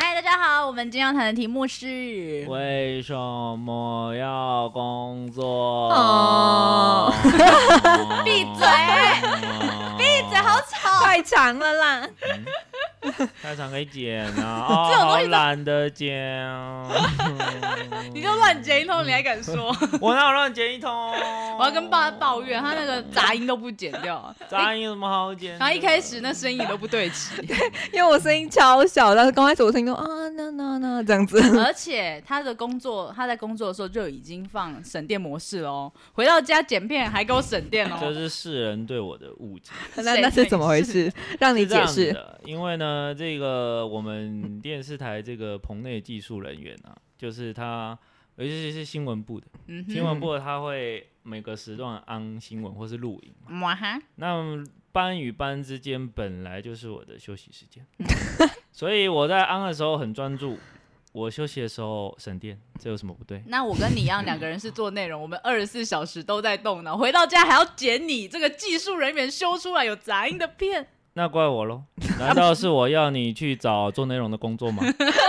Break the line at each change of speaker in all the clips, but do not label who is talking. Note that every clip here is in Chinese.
嗨，大家好，我们今天要谈的题目是
为什么要工作？
哦
闭
嘴！
闭嘴！
好吵，
太长了啦！
开场可以剪 啊，哦，好懒得剪啊！
你就乱截一通，你还敢说？
我哪有乱剪一通？
我要跟爸抱怨，他那个杂音都不剪掉，
杂音有什么好剪的？
然后一开始那声音也都不对 齐，
因为我声音超小，但是刚开始我声音都啊那那那这样子，
而且他的工作，他在工作的时候就已经放省电模式喽，回到家剪片还给我省电
这
哦。
是世人对我的误解。
那那是怎么回事？让你
是这
解
样
释。
的，因为呢，这个我们电视台这个棚内技术人员啊，就是他，尤其是新闻部的，
嗯
新闻
哼，
部的他会每个时段安新闻或是录影嘛。
哇哈，
那班与班之间本来就是我的休息时 间，所以我在安的时候很专注，我休息的时候省电，这有什么不 对？
那我跟你一样，两个人是做内容，我们二十四小时都在动脑，回到家还要剪你这个技术人员修出来有杂音的片，
那怪我 喽？难道是我要你去找做内容的工作吗？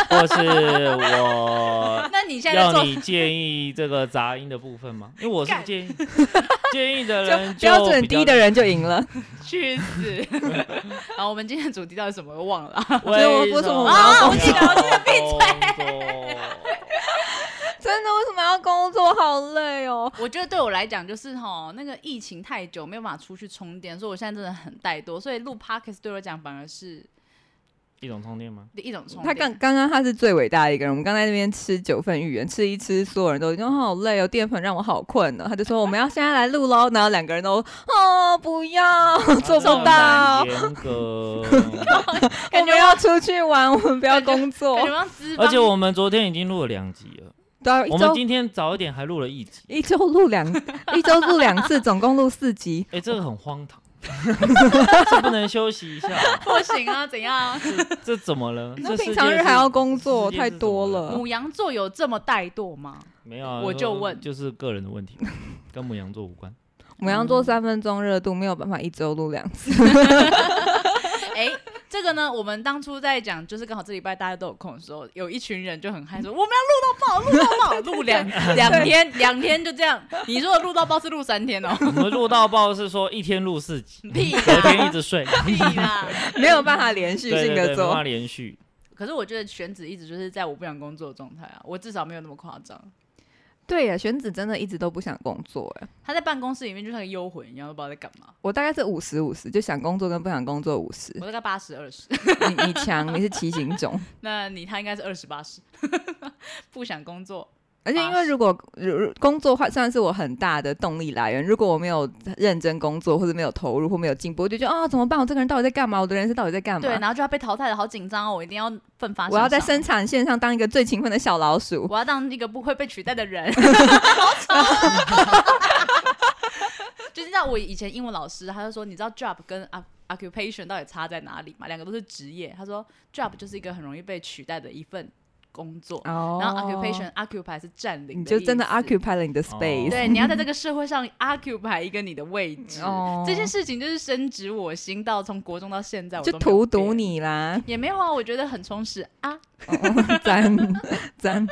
或是我
那你现在在
要
做
你建议这个杂音的部分吗？因为我是不建议， 建议的人
就标准低的人就赢了，
去 死！好，我们今天的主题到底什么我忘了。
比 较，
所以我
为
为什么我们
要工作
作啊
要工
我记得我记得闭
真的为什么要工作？好累哦。
我觉得对我来讲，就是吼，那个疫情太久，没有办法出去充电，所以我现在真的很怠惰，所以录 podcast 对我来讲反而是
一种充 电吗？
一种充电。
他刚刚刚他是最伟大的一个人，我们刚在那边吃九份芋圆，吃一吃，所有人都已经好累哦，淀粉让我好困呢。他就说我们要现在来录喽，然后两个人都哦不要， 做不
啊
到，
这个很严 格。
我们要出去玩，我们不要工
感
作
觉。让资
而
方
且我们昨天已经录了两集了，
对啊，一
我们
周
今天早一点还录了一集。
一周录两，一周录两次，总共录四集。
哎，这个很荒 唐，这不能休息一下？
不行啊， 怎样？
这怎么 了？
那
这世
平
界
常日
是
还要工作，
世界
太
是
多
怎么
了
母。羊座有这么怠惰吗？
没有啊？
我就问
就是个人的问题，跟母羊座无关。
母羊座三分钟热度，没有办法一周录两次。
哎、这个呢，我们当初在讲，就是刚好这礼拜大家都有空的时候，有一群人就很嗨说，我们要录到爆，录到 爆，录两两天，两天就这样。你说的录到爆是录三天哦，
我们录到爆是说一天录四 集，
屁
隔天一
啦，
直睡，
屁啦。
没有办法连续
对对
性
对，
的
没办法
做。
连续。
可是我觉得选子一直就是在我不想工作的状态啊，我至少没有那么夸张。
对呀，玄子真的一直都不想工作哎。
他在办公室里面就像个幽魂一样，都不知道在干 嘛。
我大概是五十五十，就想工作跟不想工作五十。
我大概八十二十，
你你强，你是骑行 种。
那你他应该是二十八十， 不想工作。
而且因为如果如如工作话算是我很大的动力来源，如果我没有认真工作，或者没有投入，或没有进步，我就觉得啊、怎么办？我这个人到底在干嘛？我的人生到底在干嘛？
对，然后就要被淘汰了，好紧张哦！我一定要奋发向上。
我要在生产线上当一个最勤奋的小老鼠。
我要当一个不会被取代的 人， 啊就是像我以前英文老师，他就说，你知道 job 跟 oc- occupation 到底差在哪里吗？两个都是职业。他说 job 就是一个很容易被取代的一份工作，
哦
然后 occupation occupy 是占领，
你哦就真的
occupy。
occupy 了你的 space。
对，你要在这个社会上 occupy 一个你的位置，
哦
这件事情就是深植我心到从国中到现在，我
就
都没有
荼毒
变
你啦，
也没有啊，我觉得很充实啊，
哦 赞赞。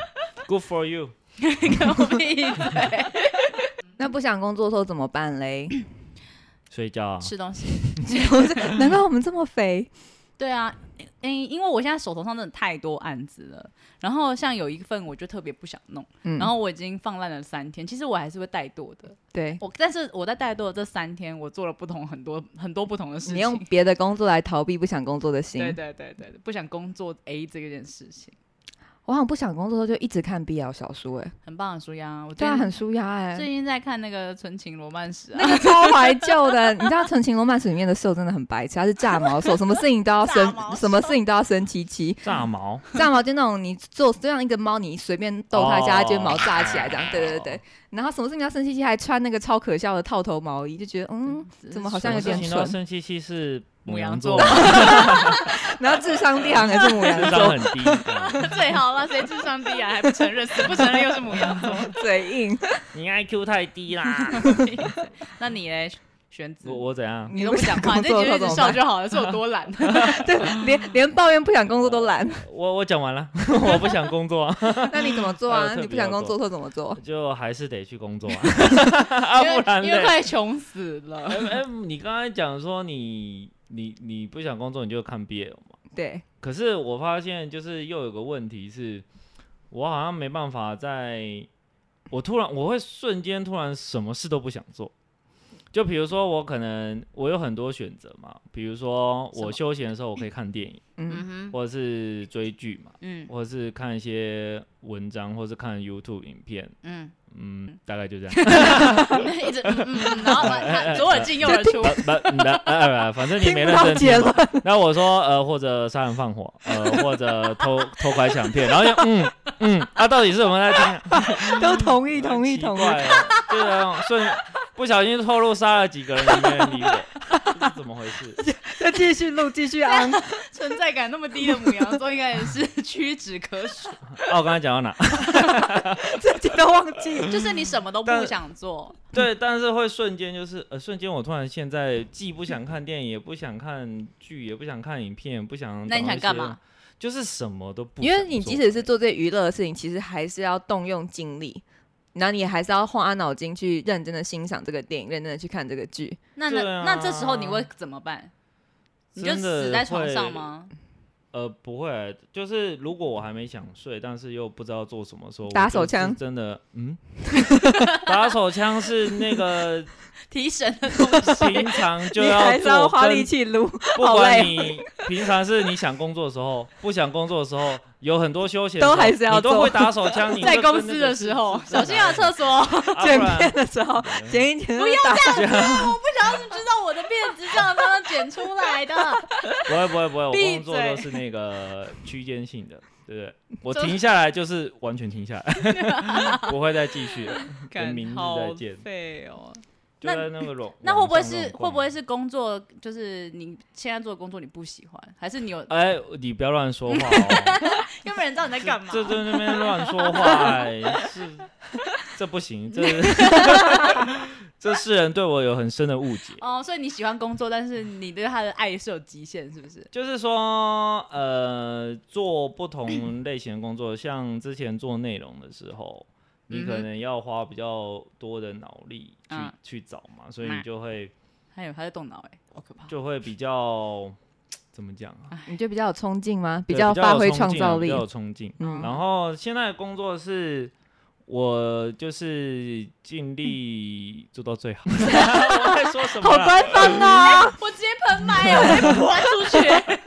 Good for you。
跟我闭嘴，
那不想工作的时候怎么办嘞？
睡觉啊，
吃东西。
难怪我们这么肥。
对啊，嗯，因为我现在手头上真的太多案子了，然后像有一份我就特别不想弄，
嗯，
然后我已经放烂了三天，其实我还是会怠惰的，
对，
我但是我在怠惰的这三天，我做了不同很多很多不同的事
你用
情。
别的工作来逃避不想工作的
对
心。
对对对，对不想工作 A 这件事情，
我好像不想工作的时候就一直看 BL 小说，哎，
很棒的舒压。我最
对啊，
近、
很舒压
最
哎，
近在看那个《纯情罗曼史》啊，
那个超怀旧的。你知道《纯情罗曼史》里面的兽真的很白痴，它是炸毛兽，什么事情都要
炸毛兽
生，什么事情都要生七七。
炸毛。
炸毛就那种你做就像一个猫，你随便逗它一下，它就毛炸起来这样。对对对，然后什么事情要生气气，还穿那个超可笑的套头毛衣，就觉得嗯，怎么好像有点
情
蠢
到生气气是母
母
羊
羊
座
座
吗，
然后智商低行也是母
智
羊
商
座，
很低。嗯这样
最好了，谁智商低啊？还不承认，死不承认又是母羊座。
嘴硬。
你 IQ 太低啦。
那你嘞，玄子
我？我怎样？
你都不讲话，
你
你
不
这
想工
局
作
一
怎
直
么
笑
办？
就好了，是我多 懒。啊
对， 连连抱怨不想工作都懒。
我我讲完了， 我不想工作啊，
那你怎么做
还有
啊？
特别
你不想工作或怎么做？
就还是得去工作啊，啊
因
不然
为因为
嘞。
快穷死了。
哎哎，你刚才讲说你你你不想工作，你就看哦 BL 嘛。
对，
可是我发现就是又有个问题是，我好像没办法在，我突然我会瞬间突然什么事都不想做。就比如说，我可能我有很多选择嘛，比如说
什
我
么
休闲的时候，我可以看电影，
嗯，
嗯哼，
或者是追剧嘛，
嗯
或者是看一些文章，或者是看 YouTube 影片，
嗯，
嗯，大概就这样。
一直嗯嗯，嗯然
哎
后把把左耳进右耳出。
不不，嗯呃呃反正你
听
没
不
认
到
真
结
听嘛
论。。
然后我说呃，或者杀人放火，呃，或者偷偷拐抢骗，然后就嗯嗯，啊，到底是我们在听啊？
都同意，同意，
很奇
同意。
怪啊，就是那种顺不小心透露杀了几个人，也没人理我，这是怎么回事？
再继续录，继续安。
存在感那么低的母羊座，应该也是 屈指可数。
哦，我刚才讲到哪？
自己都忘记。
就是你什么都
但
不想做，
对，但是会瞬间就是呃，瞬间我突然现在既不想看电影，也不想看剧，也不想看影片，也不想。
那你想干嘛？
就是什么都 不想做。
因为你即使是做这些娱乐的事情，其实还是要动用精力，然后你还是要花脑筋去认真的欣赏这个电影，认真的去看这个剧。
那
对啊
那那这时候你会怎么办？你就
真的
死在床
会
上吗？
呃，不会，就是如果我还没想睡，但是又不知道做什么时候，
打
我就
手
是
枪
真的， 嗯，打手枪是那个
提神的
平常就
你还是要
做，
花
跟
力气撸，
不
好
管
累哦
你平常是你想工作的时候，不想工作的时候，有很多休闲的
都
时候
还是要
你都
做
会打手 枪，你
在
就跟
公
那
司
个
的时候，
是
首先要厕 所，
啊不
剪
然
片的时候
对
剪一 剪。不要这样，
知道我的辫子这样刚刚剪出来 的，
不会不会不会，我
闭
工作
嘴
都是那个区间性的，对不对？我停下来就是完全停下来， 不会再继续 了。跟明日再见，
废哦。
就在那个笼。
那会
网
不会
上
是
乱
会
逛
不会？是工作？就是你现在做的工作你不喜欢，还是你有？
哎，你不要乱说话哦！
要不然人知道你在 干嘛？
这在那边乱说话，哎是这不行， 这 这世人对我有很深的误解。
哦，所以你喜欢工作，但是你对他的爱是有极限，是不是？
就是说，呃，做不同类型的工作，像之前做内容的时候，你可
嗯哼
能要花比较多的脑力去、
嗯
去找嘛，所以你
嗯
就会
还有他在动脑，哎，好可怕。
就会比较怎么讲啊？
你就比较有冲劲吗？比
对
较
比
发
有
挥
冲
创
劲啊
造
比
力
较。有冲劲。
嗯
然后现在的工作是。我就是尽力做到最好。 我在说什么
好
啦？
官方啊！
我直接喷麦 啊！我被泼出去，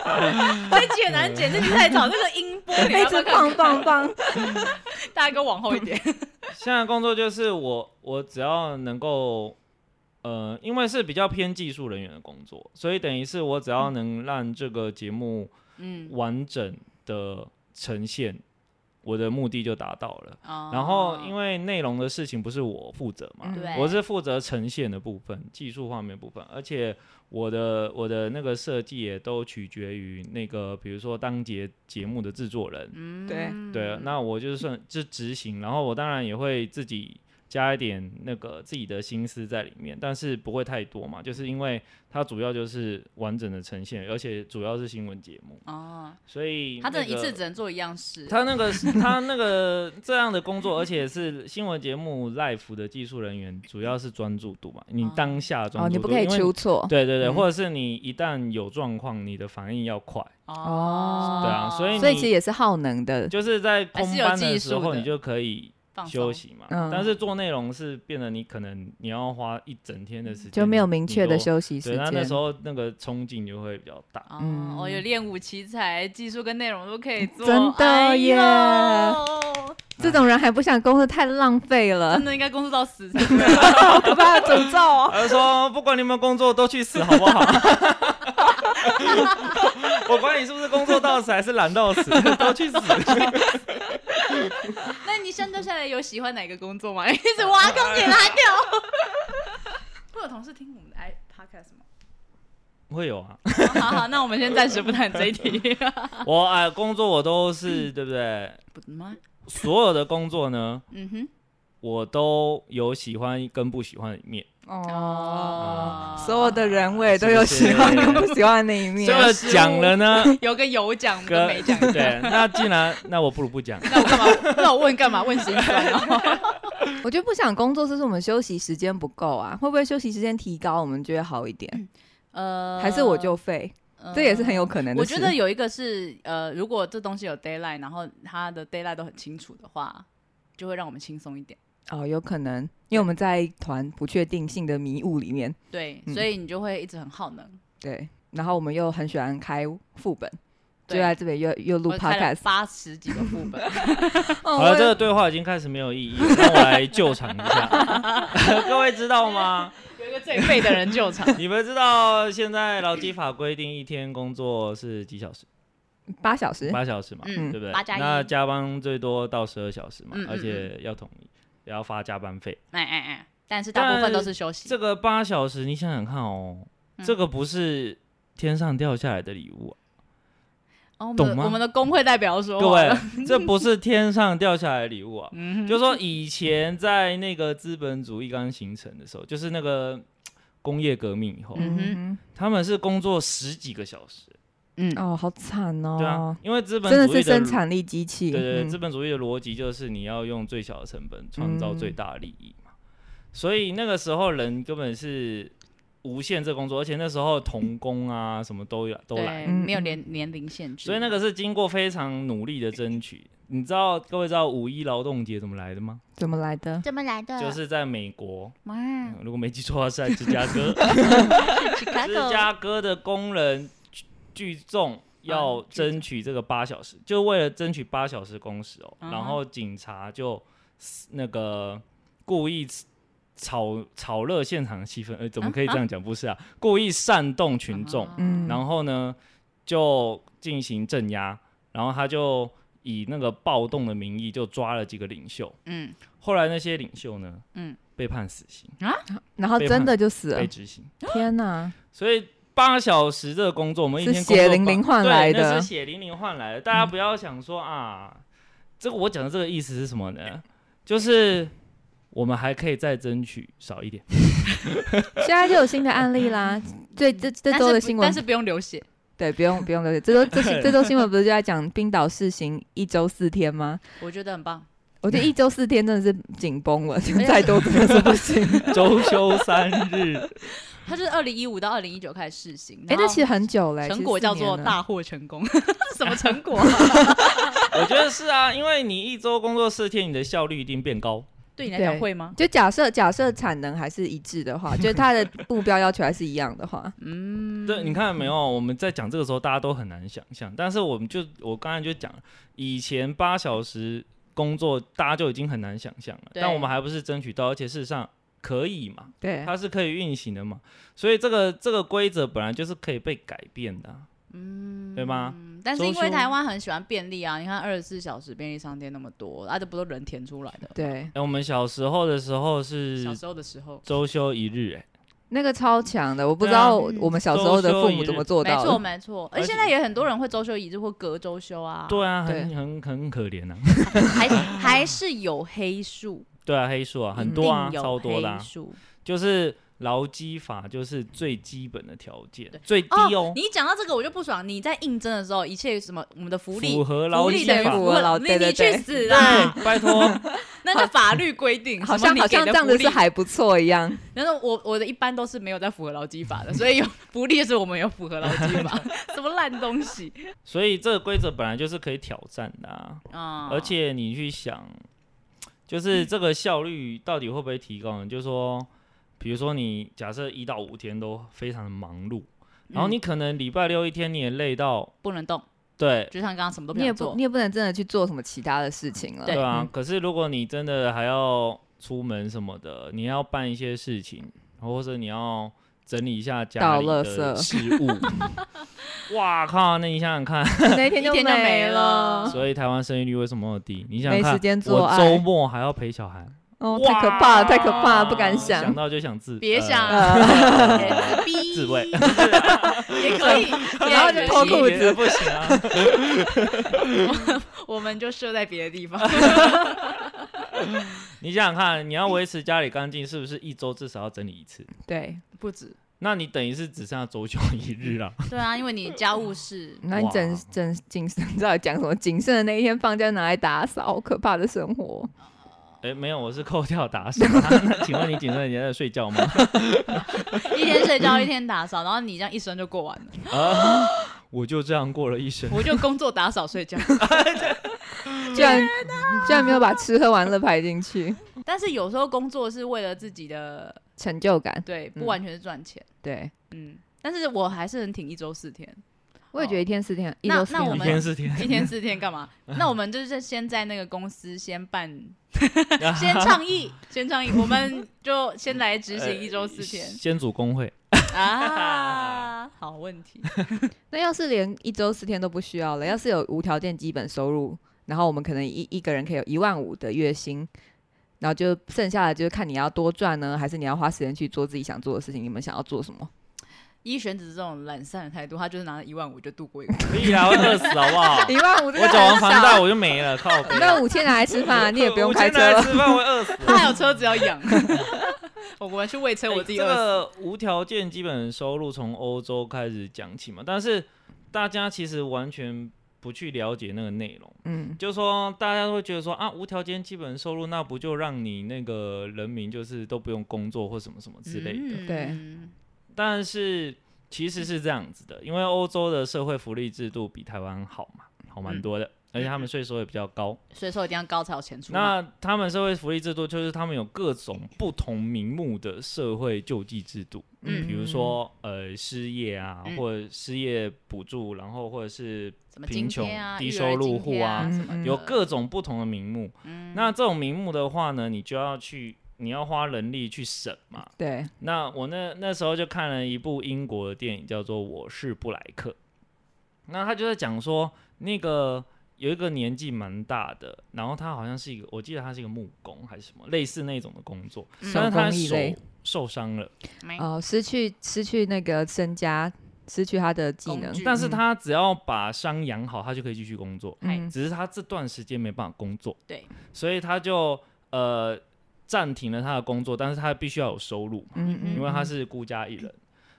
我剪难剪，这题太吵，那个音波，你
那
要不
只
要 看？
棒 棒棒，
大家给我往后一点。
现在工作就是我，我只要能够，呃，因为是比较偏技术人员的工作，所以等于是我只
嗯
要能让这个节目
嗯，
完整的呈现，我的目的就达到了。
然
然后
哦
因为内容的事情不是我负责嘛，
对
我是负责呈现的部分，技术方面的部分，而且我的我的那个设计也都取决于那个，比如说当节节目的制作人，
嗯
对
对，啊那我就是算就执行，然后我当然也会自己加一点那个自己的心思在里面，但是不会太多嘛，就是因为它主要就是完整的呈现，而且主要是新闻节目，
哦，
所以、
他
那
真
个
的一次只能做一样事。
他那个他那个这样的工作，而且是新闻节目 live 的技术人员，主要是专注度嘛，你
哦
当下专
哦，
注
你
度，
不可以
因为
出错。
对对对，
嗯
或者是你一旦有状况，你的反应要快，
哦
对啊，所以
所以
你
其实也是耗能的。
就是在
还
空
是有
班
技
的时
术
候，
的
你就可以
放松
休。息嘛。
嗯
但是做内容是变得你可能你要花一整天的时间，
就没有明确的
你都。
休息时
对，那那
间
时。候那个冲劲就会比较大。
哦
嗯，
我有练武奇才，技术跟内容都可以做，
真的
哎呦
耶这种人还不想工作，太浪费了
真，的应该工作到死才 对。
好可怕的诅咒哦！
他就说：“不管你们工作，都去死好不好？” 我管你是不是工作到死还是懒到死， 都去死。
那你相较下来有喜欢哪个工作吗？一直挖坑给他 掉。会有同事听我们的 i podcast 吗？
会有啊，
好好好，那我们先暂时不谈这一题。
我哎、工作我都是 对不对？
不吗？
所有的工作呢，
嗯哼。
我都有喜欢跟不喜欢的一面。
哦
哦，
所有的人我也都有喜欢跟不喜欢的一面
这。个讲了呢，
有个有奖跟
哥
没奖，
对，那既然那我不如不讲。
那我干嘛？那我问干嘛？问星座哦？
我觉得不想工作，是不是我们休息时间不够啊？会不会休息时间提高，我们觉得好一点？
呃
还是我就废？这也是很有可能的
我
事。
觉得有一个是，呃，如果这东西有 d a y l i g h t 然后它的 d a y l i g h t 都很清楚的话，就会让我们轻松一点。
哦，有可能，因为我们在一团不确定性的迷雾里面，
对，
嗯
所以你就会一直很耗能。
对，然后我们又很喜欢开副本，就
对
在这边又又录
我开了
podcast。
八十几个副 本，
哦
好了，这个对话已经开始没有意义了，让我来救场一下。 各位知道吗？
有一个最废的人 救场。
你们知道现在劳基法规定一天工作是几小时？
八小时，
八小时嘛，
嗯
对不对
八加？一
那加班最多到十二小时嘛
嗯嗯，嗯
而且要统一，也要发加班费。
哎哎哎！但是大部分都是休息
这。个八小时，你想想看哦，
嗯
这个不是天上掉下来的礼物啊，
哦，我们
懂
的
吗
我们的工会代表说
各
话
位
了，，
这不是天上掉下来的礼物啊。
哦嗯
就说以前在那个资本主义刚形成的时候，就是那个嘖工业革命以后，
嗯
他们是工作十几个小时，
嗯
哼，哦，好惨
对啊
哦，，
因为资本
真的
主义
是
的
生产力机器。
对对对，
嗯
资本主义的逻辑就是你要用最小的成本创造最大的利益嘛。所以那个时候人根本是无限这工作，而且那时候童工啊什么都有都来，
对，
嗯
没有年年龄限制，嗯
所以那个是经过非常努力的争取。你知道各位知道五一劳动节怎么来的吗？
怎么来
哦
的？
怎么来的？
就是在美国，
哇
嗯如果没记错的话是在芝加哥，芝
，Chicago
加哥的工人聚聚
嗯
众。要争取这个八小时，就为了争取八小时工时哦。
嗯哼
然后警察就那个故意炒炒热现场气氛，呃，怎么可以这样
嗯
讲？不是啊，故意煽动群众，
嗯，
然后呢就进行镇压，然后他就以那个暴动的名义就抓了几个领袖。
嗯，
后来那些领袖呢，
嗯啊
被判死刑，
然后
背叛
真的就死了
被，执行。
天哪！
所以八小时这个工作，我们一
是
天工作
血淋淋
八
换
对
来
那
的
是血淋淋换来的。大家不要想说啊，这个我讲的这个意思是什么
嗯
呢？就是我们还可以再争取少一点。
现在就有新的案例啦。对，这这
但
周
是
的
不
新
但
闻
是，不用流血，
对，不用不用了解。这周这这周新闻不是就在讲冰岛试行一周四天吗？
我觉得很棒。
我觉得一周四天真的是紧绷
哎
了， 再多真的是不行。
周休三日，
它就是二零一五到二零一九开始试行，
哎，
然
这
后
其实很久嘞，
成果
其实
叫
四年
做
了
大获成 功，什么成果啊？
我觉得是啊，因为你一周工作四天，你的效率一定变高。
对你来
对
讲会吗？
就假设假设产能还是一致的话，就是它的目标要求还是一样的话，
嗯，
对，你看到没有？我们在讲这个时候，大家都很难想象。但是我们就我刚才就讲了，以前八小时工作，大家就已经很难想象了，
对
但我们还不是争取到，而且事实上可以嘛，
对，
它是可以运行的嘛。所以这个这个规则本来就是可以被改变的啊、
嗯
对吗？
但是
周
因为
休
台湾很喜欢便利啊，你看二十四小时便利商店那么多，啊，这不都人填出来的？
对，
哎，我们小时候的时候
小
是
时候的时候，啊
周休一日、哎，
那个超强的，我不知道
对啊
我们小时候的父母怎么做
没
到
错
的。
没错，
而
而
且
现在也很多人会周休一日或隔周休啊，
对，啊，
对
很很很可怜啊。
还是还是有黑数，
对啊，黑数啊，很
一
多
定
啊，
有
超多的、啊
黑。数。
就是劳基法就是最基本的条件
对，
最低
哦
哦，，
你讲到这个我就不爽。你在应征的时候，一切什么我们的福利
符合
福
劳
利
基
等于
法
法。
符合劳，你
对对
你去
对
死啦！
对，拜托，
那是法律规定，
好
什
像
么
好
你给
像这样
福
子
利
是还不错一样，
然后我我的一般都是没有在符合劳基法的，所 以有福利是我们有符合劳基法，什么烂东西
所以这个规则本来就是可以挑战的、啊，
啊！
而且你去想，
嗯
就是这个效率到底会不会提高呢？就是说，比如说你假设一到五天都非常的忙碌，
嗯
然后你可能礼拜六一天你也累到，
嗯不能动，
对
就像刚刚什么都不
你也
想
不
做
你，也不能真的去做什么其他的事情了。
对啊
嗯，，
可是如果你真的还要出门什么的，你要办一些事情，或者你要整理一下家
倒
里
垃
的
圾
事物。 哇靠！那你想想看，
那一天
一天就没
没
了
了，
所以台湾生育率为什么那么低？你想
没
想看，
时间做
我
爱
周末还要陪小孩，
哦，太可怕了，
哇
太可怕了，不敢
想
想。
到就想自，
别想
呃
逼
自 慰，
也可 以，
然后就脱裤子
也不行啊。
我们就设在别的地方。
你想想看，你要维持家里干净，是不是一周至少要整理一次？
对，
不止，
那你等于是只剩下周休一日 了。
对啊，因为你家务事
那你整
哇
整谨慎，你知道讲什么？谨慎的那一天放假拿来打扫，好可怕的生活。
哎，没有，我是扣掉打扫。啊 那请问你谨慎你在睡觉吗？
一天睡觉一天打扫，然后你这样一生就过完了。
啊，我就这样过了一生。
我就工作、打扫、睡觉。
居然居然没有把吃喝玩乐排进去，
但是有时候工作是为了自己的，
成就感。
对，不
嗯
完全是赚钱。
对，
嗯，但是我还是很挺一周 四天，
我也觉得一天四天，一
那
周四
那我
一
们
天是天，
一天四天干嘛？ 那我们就是先在那个公司先办， 先倡议，先倡议，我们就先来执
哎
行一周四天
先组工 会，
啊。好问题，
那要是连一周四天都不需要了，要是有无条件基本收入，然后我们可能一一个人可以有一万五的月薪，然后就剩下的就是看你要多赚呢，还是你要花时间去做自己想做的事情。你们想要做什么？
一选子这种懒散的态度，他就是拿了一万五就度 过一个月。
可以啦，会饿死好不好？
一万五这
我
个
缴完
很
房贷
少，
我就没了，靠北！
一万五千拿来吃饭、啊你也不用开车
我今天拿来
了。
吃饭会饿死。啊
他还有车子要养， 我们去喂哎车，我自己
哎这
饿死。
个无条件基本收入从欧洲开始讲起嘛，但是大家其实完全不去了解那个内容，
嗯，
就是说大家都会觉得说啊，无条件基本收入那不就让你那个人民就是都不用工作或什么什么之类的，
嗯
对
但是其实是这样子的，因为欧洲的社会福利制度比台湾好嘛，好
嗯
蛮多的，而且他们税收也比较高。
所以说一定要高才有钱出嘛。
那他们社会福利制度就是他们有各种不同名目的社会救济制度，
嗯
比如说呃失业啊，
嗯
或者失业补助，然后或者是
什么
贫
津
穷
贴啊、
低
育儿
收入嗯
津贴啊
户啊
什么的
有各种不同的名目。
嗯
那这种名目的话呢，你就要去你要花人力去审嘛。
对，
那我那那时候就看了一部英国的电影，叫做《我是布莱克》。那他就在讲说，那个有一个年纪蛮大的，然后他好像是一个，我记得他是一个木工还是什么类似那种的工作，
嗯
但是他
手工艺
手
类
受伤了，
没
哦、失去失去那个身家，失去他的技
工
能，
具
但是他只要把伤养好，他就可以继续工作。
嗯，
只是他这段时间没办法工作，
对，
所以他就呃暂停了他的工作，但是他必须要有收入，
嗯嗯
因为他是孤家一人，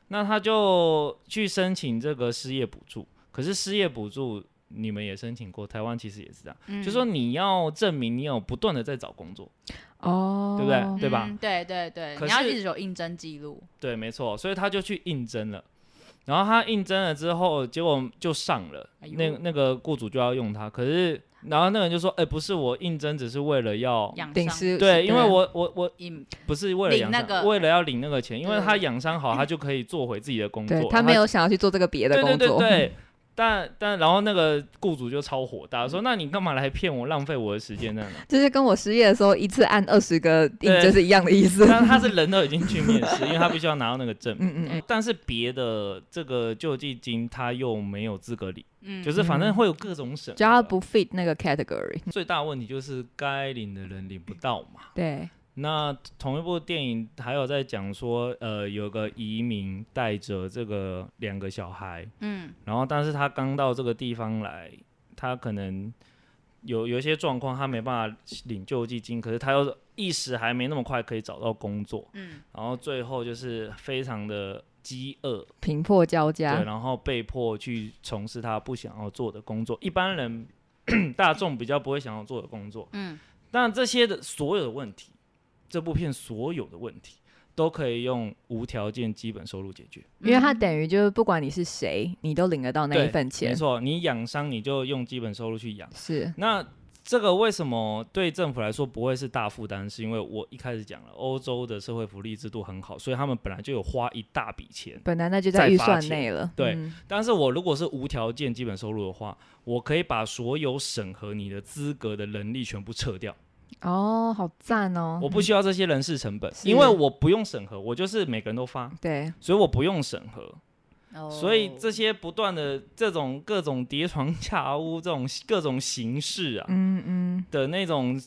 那他就去申请这个失业补助。可是失业补助你们也申请过，台湾其实也是这样，
嗯
就说你要证明你有不断的在找工作，
哦，
对不对对吧
嗯对对对，
可
你要
是
一直有应征记录，
对，没错，所以他就去应征了。然后他应征了之后，结果就上了，
哎呦
那那个雇主就要用他。可是，然后那个人就说：“哎、不是我应征，只是为了要
养
顶啊
伤
是
对，因为我我我
引
不是为了
领
养
那
伤，
个
为了要领那个钱，因为
对
他养伤好，他就可以做回自己的工
对
作。
他没有想要去做这个别的
对
工作，
对对对，但但然后那个雇主就超火大，
嗯
说那你干嘛来骗我，浪费我的时间在哪？
就是跟我失业的时候一次按二十个应征是一样的意思。
但他是人都已经去面试，因为他必须要拿到那个证明。
嗯嗯嗯，
但是别的这个救济金他又没有资格领，
嗯
就是反正会有各种审核。
只要不 fit 那个 category，
最大问题就是该领的人领不到嘛。
对，
那同一部电影还有在讲说，呃，有个移民带着这个两个小孩，
嗯
然后但是他刚到这个地方来，他可能有有一些状况，他没办法领救济金，可是他又一时还没那么快可以找到工作，
嗯
然后最后就是非常的饥饿，
贫破交
对，
加，
然后被迫去从事他不想要做的工作，一般人 大众比较不会想要做的工作，
嗯，
但这些的所有的问题， 这部片所有的问题都可以用无条件基本收入解决。
因为他等于就是不管你是谁，你都领得到那一份
没
钱，
错，你养伤你就用基本收入去养。
是
那这个为什么对政府来说不会是大负担？是因为我一开始讲了，欧洲的社会福利制度很好，所以他们本来就有花一大笔钱。
本来那就在
再
预
发
算
钱
内了。
对
嗯
但是我如果是无条件基本收入的话，我可以把所有审核你的资格的能力全部撤掉，
哦，好赞哦！
我不需要这些人事成本，
是
因为我不用审核，我就是每个人都发，
对，
所以我不用审核。
哦
所以这些不断的这种各种叠床 架屋这种各种形式啊
嗯嗯，
的那种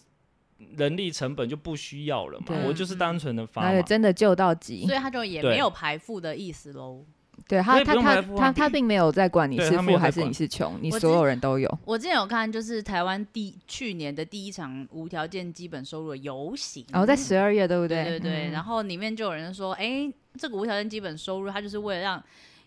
人力成本就不需要了嘛
啊
对，
我
嗯
就是单纯的发
然后也
嘛。
真的救到急
所，以他就也
对
没有排富的意思喽。
对
所
他
以不
他
用
他
排富啊
他他并没有在管你
对
是
他没
富
有
还
在
是你
管
是穷，你
我
所
之
有人都有，
我之前有看，就是台湾第去年的第一场无条件基本收入的游行，
然后哦在十二月嗯对不
对
嗯对
对对，然
后
后里面就有人说，哎，这个无条件基本收入，它就是为了让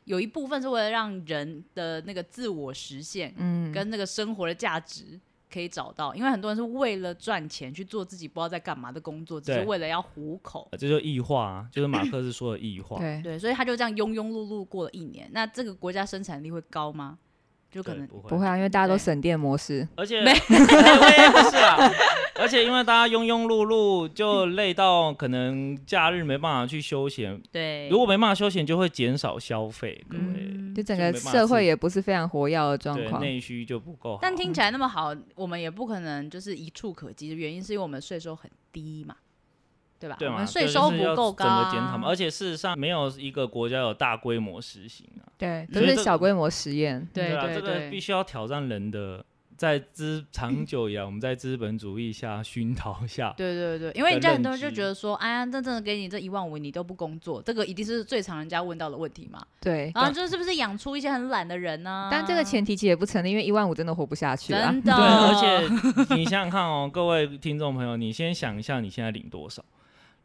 有一部分是为了让人的那个自我实现
嗯
跟那个生活的价值。可以找到，因为很多人是为了赚钱去做自己不知道在干嘛的工作，只是
对
为了要糊口。
这就异化啊，就是马克思说的异化。
对
对，所以他就这样庸庸碌碌过了一年。那这个国家生产力会高吗？就
对，
可能
不会
不会啊，因为大家都
对
省电模式，
而且
没
哎喂不是啦，而且因为大家庸庸碌碌，就累到可能假日没办法去休闲，
对，
如果没办法休闲，就会减少消费，各位。
嗯
就整
就
个
没办法
社
自
会也不是非常活跃的状
对，
况，
内需就不够好。啊
但听起来那么好，我们也不可能就是一触可及的原因，是因为我们税收很低嘛，对吧？
对
我
嘛，
们税
就是
收
要
不够高、
整
啊
个检讨嘛。而且事实上，没有一个国家有大规模实行啊。
对，都
所以
是
这
小
个
规模实验，
对
啊，
对
这个必
对，
须要挑战人的，在资长久以来，我们在资本主义下熏陶 下，
对对对，因为人家
的
很多人
认
就
知
觉得说，哎呀，那真的给你这一万五，你都不工作，这个一定是最常人家问到的问题嘛。
对。
然后就是不是养出一些很懒的人呢、
但这个前提其实也不成立，因为一万五真的活不下去啊。
真的，
对，而且你想想看哦，各位听众朋友，你先想一下你现在领多少，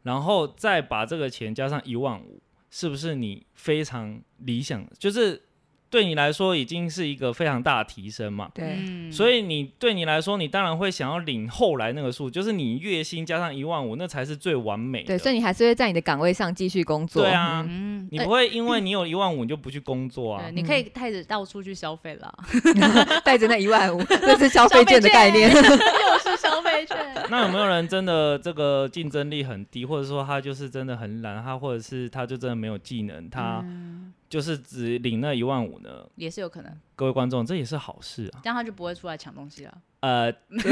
然后再把这个钱加上一万五，是不是你非常理想？就是对你来说已经是一个非常大的提升嘛。
对，
嗯
所以你对你来说，你当然会想要领后来那个数，就是你月薪加上一万五，那才是最完美的。
对，所以你还是会在你的岗位上继续工作。
对啊，
嗯
嗯，
你
对
不会因为你有一万五你就不去工作啊
对，？你可以开始到处去消费 了，
带着那一万 五，这是消费券的概念。
又是消费券。
那有没有人真的这个竞争力很低，或者说他就是真的很懒，他或者是他就真的没有技能，他
嗯
就是只领那一万五呢？
也是有可能，
各位观众，这也是好事啊。
这样他就不会出来抢东西了。
呃，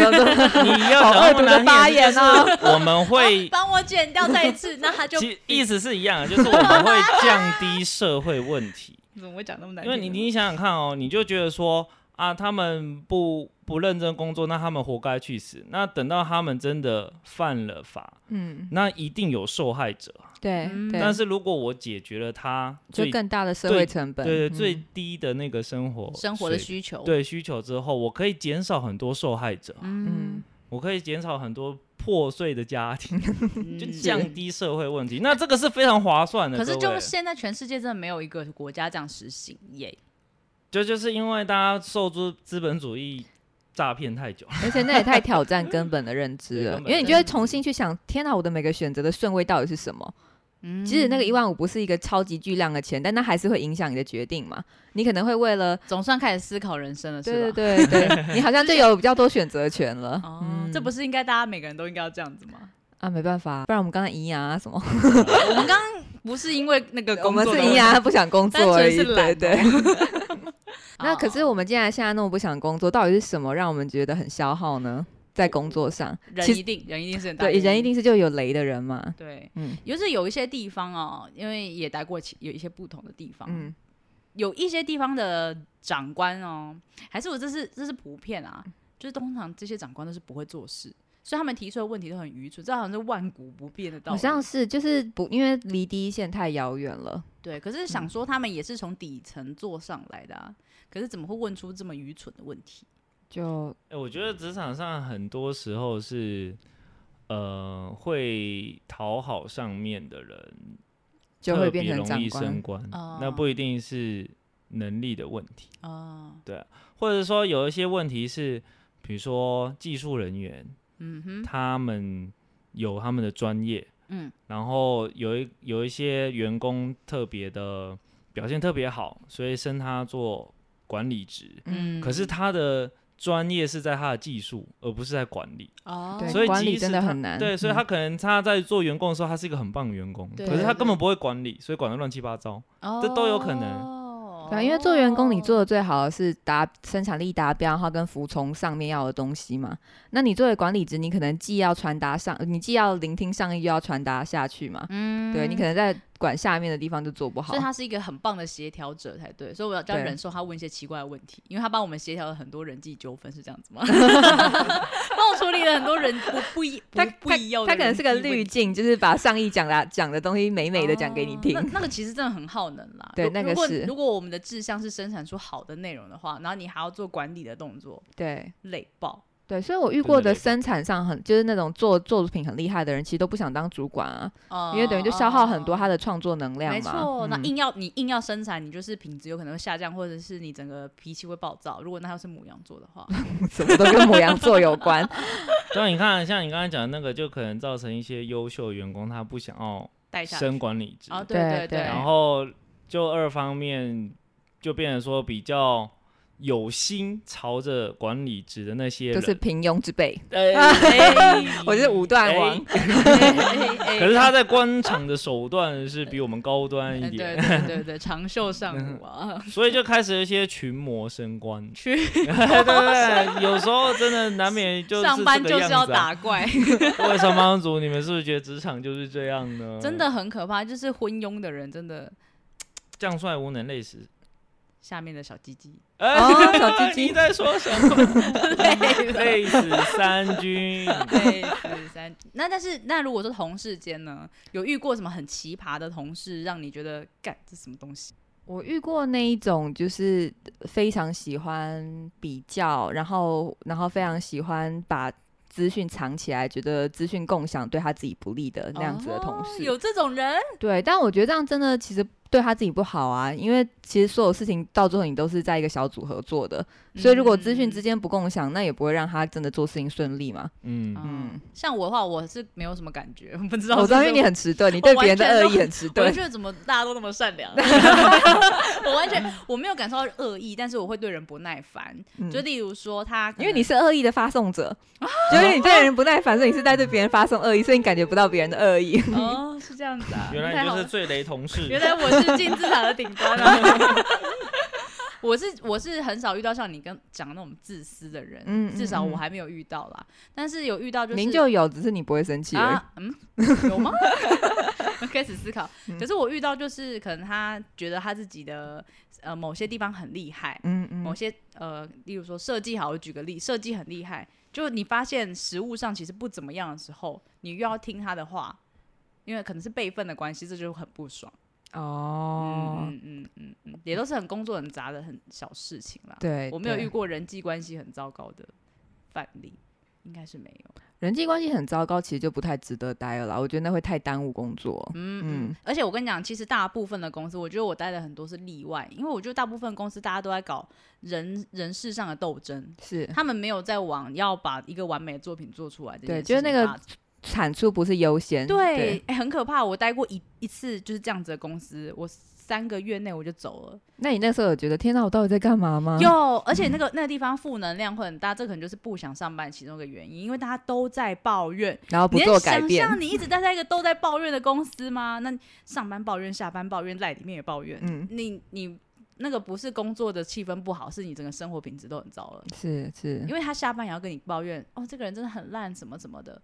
你要
好恶
想
毒的发言啊！
我们会
帮我剪掉再一 次，那 他就
其实意思是一样的，啊就是我们会降低社会问题。
怎么会讲那么难
因
听
为
呢？
你你想想看哦，你就觉得说啊，他们不不认真工作，那他们活该去死。那等到他们真的犯了法，
嗯，
那一定有受害者啊。
对
嗯，
对
但是如果我解决了他
就
最
更大的社
最
会成本。
对
嗯
最低的那个生活
生活的
水
需求，
对需求之后，我可以减少很多受害者啊，
嗯
嗯，
我可以减少很多破碎的家庭，
嗯，
就降低社会问题。那这个是非常划算的。
可是
各
就
位
现在全世界真的没有一个国家这样实行耶。
就就是因为大家受资资本主义诈骗太久了。
而且那也太挑战根本的认知 了，
根
因
本
为你就会重新去想，天哪，我的每个选择的顺位到底是什么？
嗯
即使那个一万五不是一个超级巨量的钱，但它还是会影响你的决定嘛。你可能会为 了，
总算开始思考人生了，是
对
吧？
对对对，你好像就有比较多选择权了。
哦
嗯，
这不是应该大家每个人都应该要这样子吗？
啊，没办法，不然我们刚才营养啊什么，
我们刚刚不是因为那个
我
工
们
作的
是
问
营
题哦
养啊不想工
单
作而
纯
已，
是懒
对
哦
对。那
哦
可是我们既然现在那么不想工作，到底是什么让我们觉得很消耗呢？在工作上，
人
其
一定人一定
嗯
是很大
对
原
人
因
一定是就有雷的人嘛。
对，
嗯
尤其是有一些地方哦，因为也待过其有一些不同的地方，
嗯，
有一些地方的长官哦，还是我这是这是普遍啊，就是通常这些长官都是不会做事，所以他们提出的问题都很愚蠢，这好像是万古不变的道
好
理。
像是就是不因为离第一线太遥远了，
对，可是想说他们也是从底层做上来的啊，可是怎么会问出这么愚蠢的问题？
就
哎、我觉得职场上很多时候是，呃，会讨好上面的人，
就
特
会
别
变成
容
长
易升
官。
官，
哦
那不一定是能力的问题，
哦，
或者说有一些问题是，比如说技术人员，
嗯哼，
他们有他们的专业，
嗯，
然后有一有一些员工特别的表现特别好，所以升他做管理职，
嗯，
可是他的专业是在他的技术，而不是在管理。
哦，
对
所以
管理
即使
真的
他
很难嗯
对，所以他可能他在做员工的时候，他是一个很棒的员工，
对
可是他
对
根本不会管理，所以管得乱七八糟。
哦
这都有可能
对啊，因为做员工，你做的最好的是达生产力达标，然后跟服从上面要的东西嘛。那你作为管理职，你可能既要传达上，你既要聆听上意，又要传达下去嘛。
嗯
对你可能在管下面的地方就做不好
所以。他是一个很棒的协调者才对，所以我要就要
对
忍受他问一些奇怪的问题，因为他帮我们协调了很多人际纠纷，是这样 子吗？帮我处理了很多人不不一不
他
不一样的
他可能是个
人际问
滤
题
镜，就是把上意讲的讲的东西美美的讲给你听
哦。那那个其实真的很耗能啦。
对
如
那个
如果
是
如果我们的志向是生产出好的内容的话，然后你还要做管理的动作，
对
累爆。
对，所以我遇
真的
过的
累
生产上很就是那种做作品很厉害的人，其实都不想当主管啊，
呃
因为等于就消耗很多他的创作能量
哦
嘛。
没错，那
嗯
硬要你硬要生产，你就是品质有可能会下降，或者是你整个脾气会暴躁。如果那要是母羊座的话，
什么都跟母羊座有 关。
对啊，你看，像你刚才讲的那个，就可能造成一些优秀员工他不想要
带下去
升管理职，
啊，对
对
对
哦对
然后就二方面就变成说比较有心朝着管理职的那些
就
人，
是平庸之辈，
哎
我是武断王。
可是他在官场的手段是比我们高端
哎
一
对
点，
对对对，长袖善舞啊，。
所以就开始有一些群魔升官
去
对对对，有时候真的难免就是
上班
这
就
个
是
样
要
子啊。
打怪，
各位上班族，你们是不是觉得职场就是这样呢？
真，的很可怕。就是昏庸的人，真的
将帅无能累死。
下面的小鸡鸡，
哎、
哦小鸡鸡
你在说什么？
对
累死三军。
对，十三。那但是那如果说同事间呢，有遇过什么很奇葩的同事，让你觉得干这什么东西？
我遇过那一种，就是非常喜欢比较，然后然后非常喜欢把资讯藏起来，觉得资讯共享对他自己不利的那样子的同
哦
事。
有这种人，
对，但我觉得这样真的其实对他自己不好啊，因为其实所有事情到最后你都是在一个小组合作的，所以如果资
嗯
讯之间不共享，那也不会让他真的做事情顺利嘛。
嗯，
嗯，
嗯
嗯，像我的话，我是没有什么感觉，我不知道
我
是
知道，
不
因
是
为你很迟钝，你
我
对
完
别人的
全
恶
都
意很迟
我
钝
就。觉得怎么大家都那么善 良，我完全我没有感受到恶意，但是我会对人不耐烦。
嗯
就例如说他可能，
因为你是恶意的发送者，
啊
就是 你对人不耐烦，所以你是在对别人发送恶意，所以你感觉不到别人的恶意。
哦是这样子啊，
原
太
来你
好
就是
了
最雷同事。
原来我是金字塔的顶端啊。我是我是很少遇到像你跟讲的那种自私的人，
嗯嗯
至少我
嗯
还没有遇到啦。但是有遇到就是
您就有，只是你不会生气而已。
啊，嗯，有吗？开始思考。可是我遇到就是可能他觉得他自己的呃某些地方很厉害，
嗯嗯
某些呃，例如说设计好，我举个例，设计很厉害，就你发现实物上其实不怎么样的时候，你又要听他的话，因为可能是辈分的关系，这就很不爽。
哦，
嗯嗯嗯嗯，也都是很工作很杂的很小事情啦。
对，
嗯我没有
对
遇过人际关系很糟糕的范例，应该是没有。
人际关系很糟糕，其实就不太值得待了啦。我觉得那会太耽误工作。
嗯嗯
嗯，
而且我跟你讲，其实大部分的公司，我觉得我待的很多是例外，因为我觉得大部分公司大家都在搞人人事上的斗争，
是
他们没有在往要把一个完美的作品做出来的。
对就是那个嗯产出不是优先。
对、哎很可怕。我待过一一次就是这样子的公司，我三个月内我就走了。
那你那时候有觉得天哪，我到底在干嘛吗？
有，而且那个那个地方负能量会很大，这可能就是不想上班其中一个原因，因为大家都在抱怨，
然后不
你能
做改变
想。象你一直待在一个都在抱怨的公司吗？那上班抱怨，下班抱怨，赖里面也抱怨，
嗯
你你那个不是工作的气氛不好，是你整个生活品质都很糟了。
是是
因，为他下班也要跟你抱怨，哦，这个人真的很烂，什么什么的。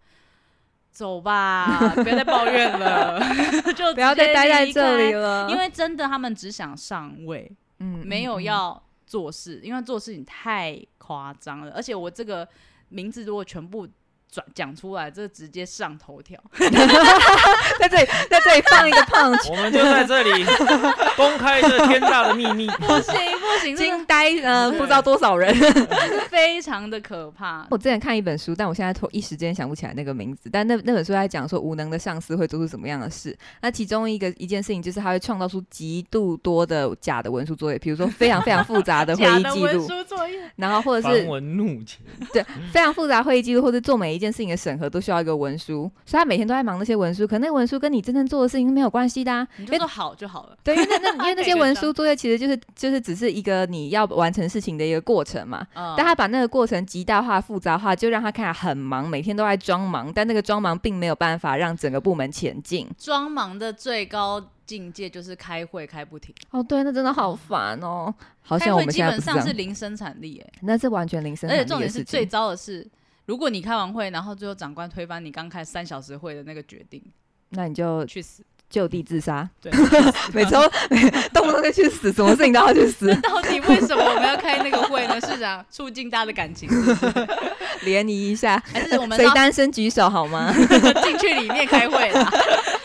走 吧，不要再抱怨了， 就
不要再待在这里
了。
了。
因为真的，他们只想上位，
嗯
没有。
嗯嗯
要做事，因为做事情太夸张了。而且我这个名字如果全部转讲出来，这直接上头条。
在这里，在这里放一个胖
我们就在这里公开这天大的秘密。
不行不行，真
惊呆，呃，不知道多少人。
的非常的可怕。
我之前看一本书，但我现在突一时间想不起来那个名字。但那那本书在讲说，无能的上司会做出什么样的事。那其中一个一件事情就是，他会创造出极度多的假的文书作业，比如说非常非常复杂的会
假
议
的
记
文
录，
书作业，
然后或者
繁
是
文缛节，
非常复杂会议记录，或者做每一件事情的审核都需要一个文书，所以他每天都在忙那些文书，可那个文书跟你真正做的事情是没有关系的、啊，
你
因
就
为
说好就好了。
对，因为那那因为那
每
些
个
文
章
书作业其实就是就是只是一个你要完成事情的一个过程嘛，
嗯
但他把那个过程极大化、复杂化，就让他看起来很忙，每天都在装忙，但那个装忙并没有办法让整个部门前进。
装忙的最高境界就是开会开不停，
哦，对，那真的好烦哦。好
开
像我
会
们
基
现在
本
不
上
这
是
样，
零生产力、欸，
那是完全零生
而且
产
重
力的
点是
事
最
情。
糟的是，如果你开完会，然后最后长官推翻你刚开三小时会的那个决定，
那你就
去死！
就地自杀，
对，，
每周动不动就去死，什么事情都要去死
到底为什么我们要开那个会呢？是想促进大家的感情，是不是
联谊一下。
还是我 们
谁
到
单身举手 好吗？
进去里面开会 啦？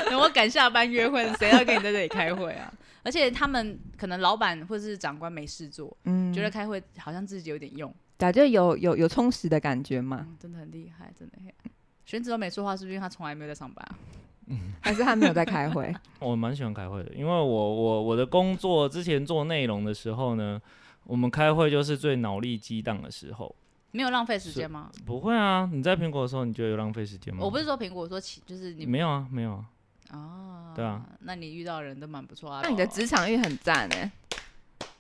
等我赶下班约会，谁要跟你在这里开会啊？而且他们可能老板或是长官没事做，
嗯，
觉得开会好像自己有点用，
感觉有有有充实的感觉嘛？
嗯真的很厉害，真的很厉害。玄子都没说话，是不是因为他从来没有在上班啊、
还是他没有在开 会？
我蛮喜欢开会的，因为我我我的工作之前做内容的时候呢，我们开会就是最脑力激荡的时候。
没有浪费时间吗？
不会啊，你在苹果的时候，你觉得有浪费时间吗？
我不是说苹果，我说其就是你
没有啊，没有啊。
哦，
对啊，
那你遇到的人都蛮不错啊。
那你的职场欲很赞哎，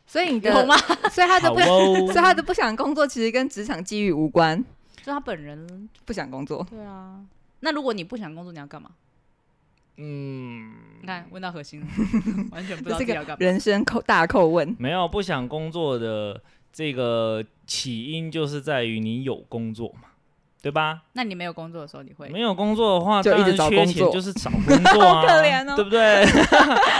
所以你的
有吗？
所以他
好
就不， 所
哦
以，他就不想工作，其实跟职场机遇无关，
就他本人，
不想工作。
对啊。那如果你不想工作，你要干嘛？
嗯，
你看，问到核心了，完全不知
这
道自
是一
己要
个
干嘛。
人生扣大扣问，
没有不想工作的这个起因就是在于你有工作嘛，对吧？
那你没有工作的时候，你会
没有工作的话，
就一直
当
找
然缺
工
钱
作
就是找工作 啊，
好可怜哦
对不对？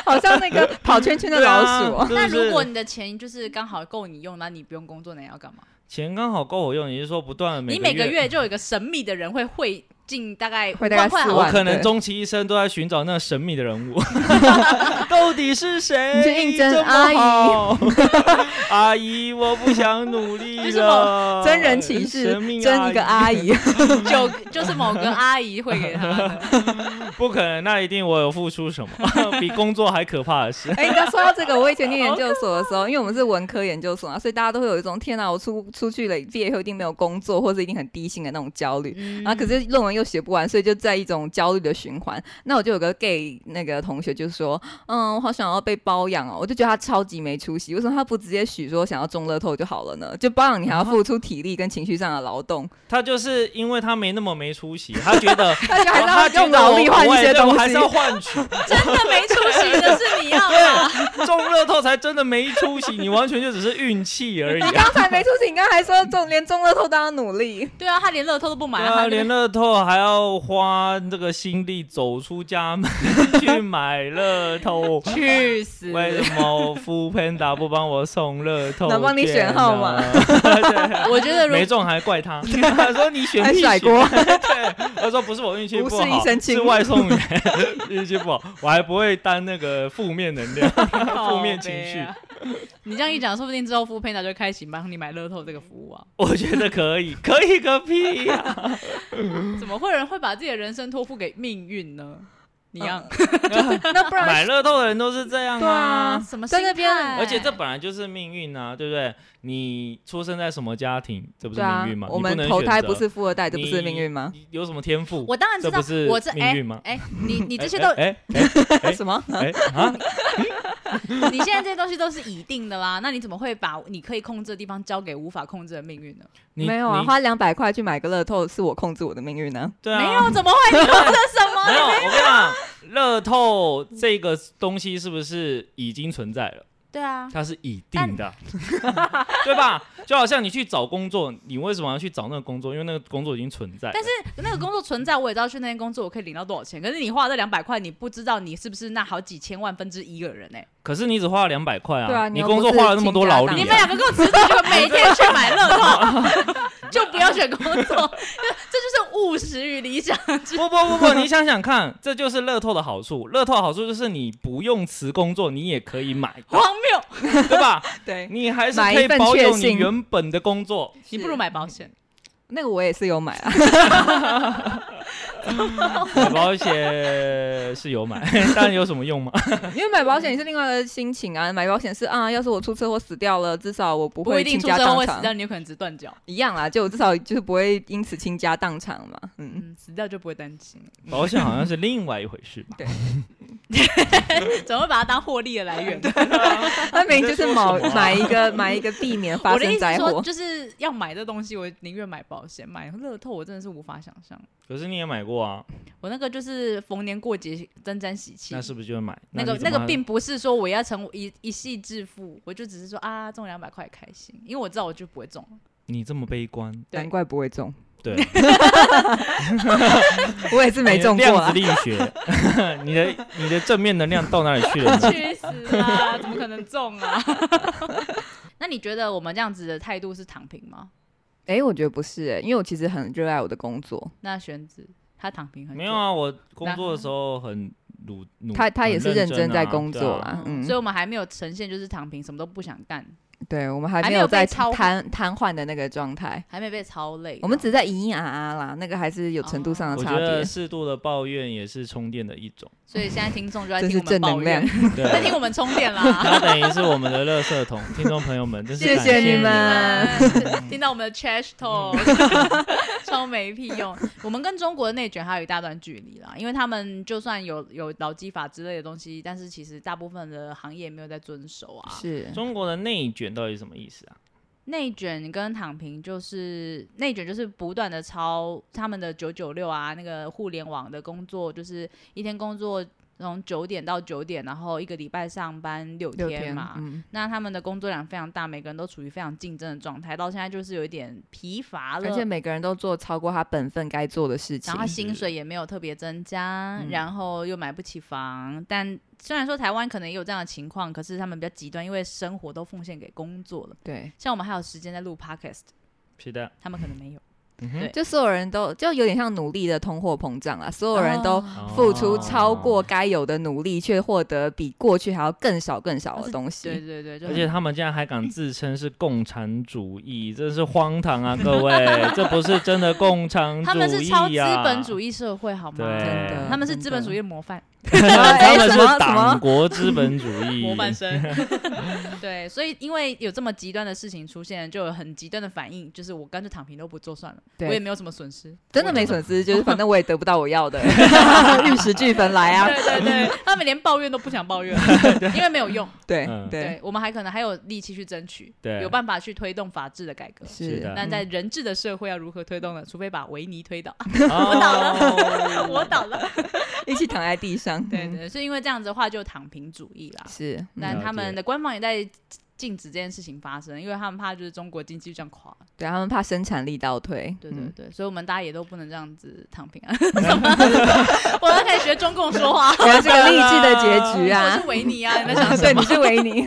好像那个跑圈圈的
对
老
啊
鼠哦。
是不
那如
是
果你的钱就是刚好够你用，那你不用工作，那你要干嘛？
钱刚好够我用，也就是说不断的
你每个月就有一个神秘的人会汇进大概
会
5
大概
万块
4
好
万
了，
我可
对
能终其一生都在寻找那神秘的 人物，到底是谁？
你去应征
这么
阿姨
好，阿姨，我不想努力
是某
了。
哦真人启事
哎神，秘
真一个阿姨，
就就是某个阿姨会给他 的。
不可能，那一定我有付出什么， 比工作还可怕的事。
哎，你知道说到这个，我以前念研究所的时候，因为我们是文科研究所啊，所以大家都会有一种天哪，我出出去了，毕业以后一定没有工作，或者一定很低薪的那种焦虑。
嗯
啊然后可是论文又写不完，所以就在一种焦虑的循环。那我就有个 gay 那个同学就说，嗯，我好想要被包养哦，我就觉得他超级没出息，为什么他不直接许说想要中乐透就好了呢？就包养你还要付出体力跟情绪上的劳动，
他就是因为他没那么没出息，他觉得 哦
他就还是
他
要
觉
用
得
劳
我
力
不
换一
会
些
对我
东
还
西
是。要换取。
真的没出息的是你要吗？
对，中乐透才真的没出息，你完全就只是运气而已、啊。
刚才没出息，你刚才说中连中乐透都要努力，
对啊，他连乐透都不买，
对
他
啊，
就
连乐透还要花这个心力走出家门去买乐透。
去死！
为什么富 Panda 不帮我送乐透？
能帮你选号码？
对，
我觉得如
没中还怪他，他说你选
还
屁
甩
选
锅。
对，他说不是我运气
不
不
是一
好，
身轻
是外送员运气不好，我还不会担那个负面能 量、 负面情绪，
哦啊你这样一讲，说不定之后 f o o p a n d 就开启帮你买乐透这个服务啊？
我觉得可以，可以个屁啊呀、
怎么会有人会把自己的人生托付给命运呢？你要
那 不然
买乐透的人都是这样
对啊
什么
在那
心
边
态
而且这本来就是命运啊，对不对？你出生在什么家庭，这不是
对啊
命运吗？，
我
你
们
能
投胎
选择
不是富二代，这不
你
是命运吗？
你有什么天赋？
我当然知
这不，
道
是
我这
命运吗
哎、哎你你
你
这些都，
哎哎哎
什么？
哎哎 啊！
你现在这些东西都是已定的啦，那你怎么会把你可以控制的地方交给无法控制的命运呢？
你
没有啊，
你
花两百块去买个乐透是我控制我的命运呢、
对啊，
没有，怎么会？你控制了什 么？
没有，我跟你讲，乐透这个东西是不是已经存在了？
对啊，
它是已定的，对吧？就好像你去找工作，你为什么要去找那个工作？因为那个工作已经存在了。
但是那个工作存在，我也知道去那边工作我可以领到多少钱。可是你花这两百块，你不知道你是不是那好几千万分之一的人哎、
可是你只花了两百块啊，
对啊你
你
又
工作
不是
花了那么多劳
倾家荡
力、
你
啊，
们
产
两个给我辞职，就每天去买乐透， 就不要选工作，这 就是务实与理想 之
不不不不，你想想看， 这就是乐透的好处。乐透的好处就是你不用辞工作，你也可以 买到，
荒谬。
对吧？
对，
你还是
买
可
一
以
份
保
确
有你
信
原本的工作。
你不如买保险，
那个我也是有买啊，
买保险是 有买，但有什么用吗？
因为买保险也是另外的心情啊，买保险是啊，要是我出车祸死掉了，至少我不
不
会
一定
倾
出
家
车祸
荡
会死掉，
产，
你有可能只断脚，
一样啦，就我至少就是不会因此倾家荡产嘛， 嗯，
嗯，死掉就不会担心，
保险好像是另外一回事吧？
怎么会把它当获利的来源？
那明明就是买
啊
买一个买一个避免发
我的意
生
思
灾
是说，
祸，
就是要买这东西，我宁愿买保险，买乐透我真的是无法想象。
可是你也买过啊，
我那个就是逢年过节沾沾喜气
那，是不是就会买？
那
你
个
怎
那
么
个
还
并不是说我要成为一一夕致富，我就只是说啊中两百块开心，因为我知道我就不会中了。
你这么悲观，
对
难怪不会中，
对，
我也是没中
你的
过
哎量子
啊。
力学， 你的你的正面能量到哪里 去了呢？
去死啦！怎么可能中啊？ 那你觉得我们这样子的态度是躺平吗？
哎、我觉得不是、欸，因为我其实很热爱我的工作，
那玄子他躺平很久
没有，啊，我工作的时候很努努，
他他也是
很
认
真
真
啊
在工
对
作
啊
啦，嗯，
所以我们还没有呈现就是躺平，什么都不想干，
对我们还
还没
没
有
有
被
在
超过
瘫瘫痪的那个状态，
还没被超累。
我们只是在咿咿啊啊啦，那个还是有程度上
哦
的
我
差
觉得
别。
适度的抱怨也是充电的一 种，
所以现在听众就在
真
听
是
我们
正
抱
能量
怨，， 在
对
听。我们充电啦。
它等于是我们的垃圾桶，听众朋友们，真是
谢
感
谢
谢嗯
你 们。
听到我们的 trash talk，超
嗯
没屁用。我们跟中国的内卷还有一大段距离啦，因为他们就算有有劳基法之类的东西，但是其实大部分的行业没有在遵守啊。
是
中国的内卷到底是什么意思啊？
内卷跟躺平就是内卷，就是不断的抄他们的九九六啊，那个互联网的工作，就是一天工作从九点到九点，然后一个礼拜上班六
六
天嘛。
嗯，
那他们的工作量非常大，每个人都处于非常竞争的状态，到现在就是有一点疲乏了，
而且每个人都做超过他本分该做的事情
然。后薪水也没有特别增加，
嗯
然后又买不起房。但虽然说台湾可能也有这样的情况，可是他们比较极端，因为生活都奉献给工作了。
对，
像我们还有时间在录 podcast，
皮蛋，
他们可能没
嗯
有。对
就所有人都就有点像努力的通货膨胀啦，所有人都
哦
付出超过
哦，
该有的努力，却获得比过去还要更少更少的东
对
西。
对对，就
而且他们竟然还敢自称是共产主义，真是荒唐啊！各 位，这不是真的共产主义、啊，
他们是超资本 主
义，
义社会好吗？
对
真的他们是
真的
资本主义的模范，
他们
哎什么
是
什么
党国资本主 义，
生。对，所以因为有这么极端的事情出现，就有很极端的反应，就是我干脆躺平都不做算了，我
对
也没有什么损失。
真的没损失，就是反正我也得不到我要 的，玉石俱焚来 啊！
对对对，他们连抱怨都不想抱怨，因为没有用。
对
嗯
对
对，我们还可能还有力气去争取，
对
有办法去推动法治的改革。
是
啊
的
但在人治的社会要如何推动呢？除非把维尼推倒，
我倒了，
我倒了。
一起躺在地 上。
对
嗯
对，是因为这样子的话就躺平主义啦。
是，
但
嗯
他们的官方也在禁止这件事情发生，因为他们怕就是中国经济就这样垮。
对他们怕生产力倒退。
对对
嗯
对，所以我们大家也都不能这样子躺平啊！ 什么？我要开始学中共说 话。
我要这个励志的结局
我
啊
是！维尼啊！你在想什
对，
么
你？是维尼，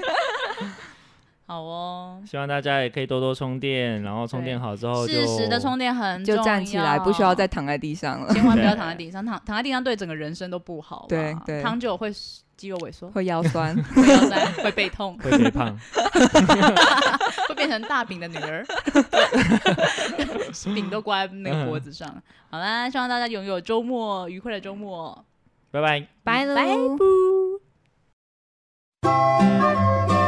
好哦，
希望大家也可以多多充电，然后充电好之后就
适时的充电很重
就
要，
站起来，不需要再躺在地上 了，
千万不要躺在地上，躺躺在地上对整个人生都不好吧。
对对
躺久会肌肉萎 缩，
会腰酸。
会腰酸，会背痛，
会肥胖。
会变成大饼的女儿， 饼都挂在那个脖子上。好啦，希望大家拥有周末愉快的周末。
拜拜。
拜
拜
喽。